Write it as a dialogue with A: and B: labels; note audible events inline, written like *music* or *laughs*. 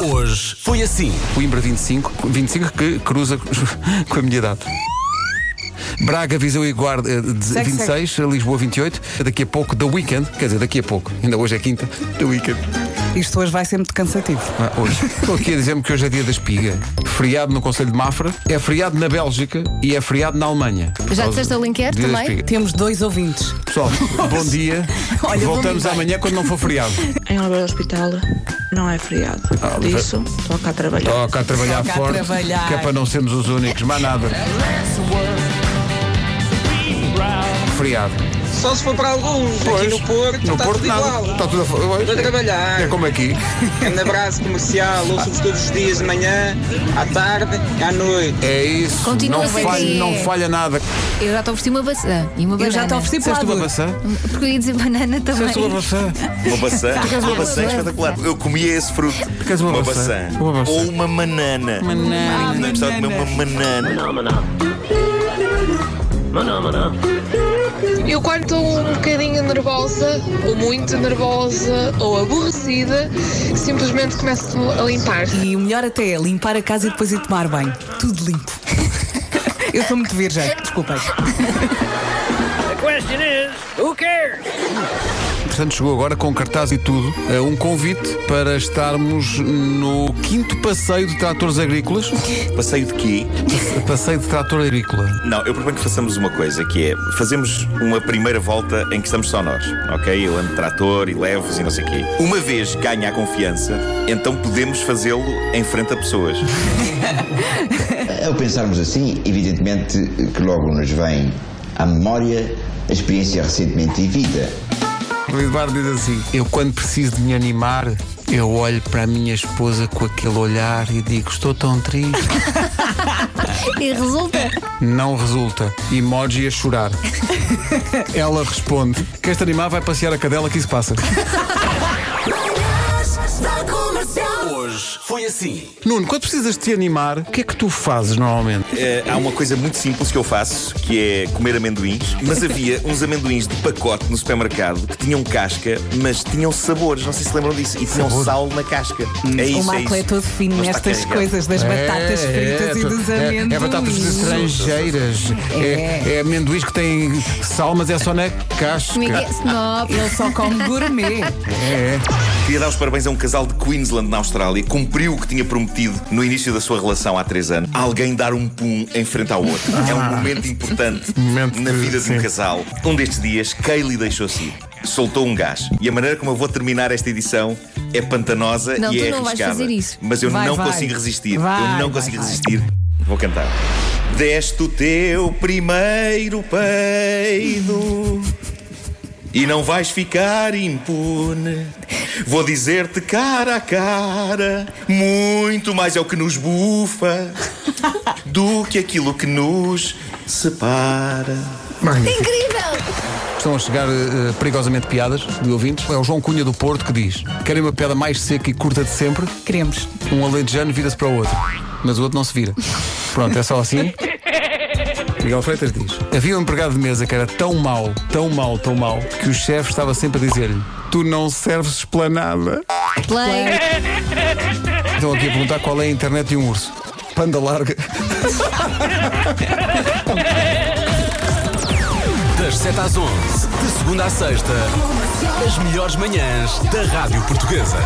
A: Hoje foi assim.
B: Coimbra 25, 25 que cruza *laughs* com a minha idade. Braga, Viseu e Guarda eh, de-
C: Segue,
B: 26, Lisboa 28. Daqui a pouco, The Weekend, quer dizer, daqui a pouco, ainda hoje é quinta, The Weekend.
C: Isto hoje vai ser muito cansativo.
B: Ah,
C: *laughs*
B: hoje. Estou aqui a dizer-me que hoje é dia da espiga. Feriado no Conselho de Mafra, é feriado na Bélgica e é feriado na Alemanha.
D: Já disseste a Linker
B: Dia da
D: também?
B: espiga.
C: Temos dois ouvintes. *laughs*
B: Pessoal, bom dia.
C: Olha,
B: Voltamos
C: bom dia.
B: amanhã quando não for feriado.
E: Em obra de hospital não é feriado. Por isso, toca a trabalhar.
B: Toca a trabalhar
C: Toca a
B: forte,
C: trabalhar.
B: que é para não sermos os únicos, mais nada. Feriado.
F: Só se for para alguns, aqui no Porto,
B: no
F: está
B: Porto
F: tudo
B: nada. Tá.
F: *laughs* igual.
B: Está tudo a fa-
F: Para trabalhar.
B: É como aqui.
F: Um abraço comercial, ouço-vos todos os dias de manhã, à tarde, à noite.
B: É isso.
D: Continua
B: não,
D: a ser
B: falha,
D: dia.
B: não falha nada.
D: Eu já te ofereci uma maçã e uma banana.
C: Eu já te ofereci
B: Disseste uma
C: plado.
B: maçã?
D: Porque eu ia dizer banana também.
B: Disseste uma maçã?
G: Uma maçã? Uma maçã é espetacular. Eu comia esse fruto.
B: Queres uma maçã?
G: maçã.
B: Uma maçã.
G: Ou uma banana.
B: Banana.
G: Não gostava de comer uma banana.
H: Eu quando estou um bocadinho nervosa, ou muito nervosa, ou aborrecida, simplesmente começo a limpar.
C: E o melhor até é limpar a casa e depois ir tomar banho. Tudo limpo. *laughs* Eu sou muito virgem, desculpem.
B: Portanto, chegou agora com cartaz e tudo eh, um convite para estarmos no quinto passeio de tratores agrícolas.
G: Passeio de quê?
B: passeio de trator agrícola.
G: Não, eu proponho que façamos uma coisa, que é fazemos uma primeira volta em que estamos só nós, ok? Eu ando de trator e levo-vos e não sei o quê. Uma vez ganha a confiança, então podemos fazê-lo em frente a pessoas.
I: Ao pensarmos assim, evidentemente que logo nos vem à memória a experiência recentemente vivida.
B: O Eduardo diz assim: Eu, quando preciso de me animar, eu olho para a minha esposa com aquele olhar e digo: Estou tão triste.
D: E resulta.
B: Não resulta. Emoji a *laughs* chorar. Ela responde: Queres te animar? Vai passear a cadela que se passa.
A: Hoje foi assim.
B: Nuno, quando precisas de te animar, o que é que tu fazes normalmente?
G: Eh, há uma coisa muito simples que eu faço, que é comer amendoins. Mas havia uns amendoins de pacote no supermercado que tinham casca, mas tinham sabores, não sei se lembram disso, e tinham sal na casca. É isso,
C: o
G: é
C: Marco
G: isso.
C: é, todo fino
G: Não está
C: nestas
G: carregado.
C: coisas das batatas fritas e dos amendoins.
B: É, batatas estrangeiras. É.
C: É.
B: amendoins que têm sal, mas é só na casca.
D: Comigo é snob.
C: Ele só come gourmet.
B: É.
G: Queria dar os parabéns a um casal de Queensland na Austrália. Cumpriu o que tinha prometido no início da sua relação há três anos. Alguém dar um pum em frente ao outro. É um momento importante
B: *laughs* Momento
G: na
B: de-
G: vida de
B: sim.
G: um casal. Um destes dias, Kaylee deixou-se ir. Soltou um gás. E a maneira como eu vou terminar esta edição é pantanosa
D: Não,
G: e
D: tu
G: é
D: não vais
G: arriscada.
D: fazer isso.
G: Mas eu
C: Vai,
G: não
C: vai.
G: consigo resistir. eu
C: Vai,
G: não
C: vai,
G: consigo
C: vai.
G: resistir. Vou cantar. Deste o teu primeiro peido e não vais ficar impune. Vou dizer-te cara a cara, muito mais é o que nos bufa do que aquilo que nos separa.
D: Incrível!
B: Estão a chegar eh, perigosamente piadas de ouvintes. É o João Cunha do Porto que diz: Querem uma piada mais seca e curta de sempre?
C: Queremos.
B: Um alentejano vira-se para o outro, mas o outro não se vira. Pronto, é só assim. Miguel Freitas diz: Havia um empregado de mesa que era tão mau, tão mau, tão mau, que o chefe estava sempre a dizer-lhe: Tu não serves esplanada.
D: Play.
B: Estão aqui a perguntar qual é a internet de um urso. Panda larga.
A: Das 7 às 11, de segunda à sexta, as melhores manhãs da Rádio Portuguesa.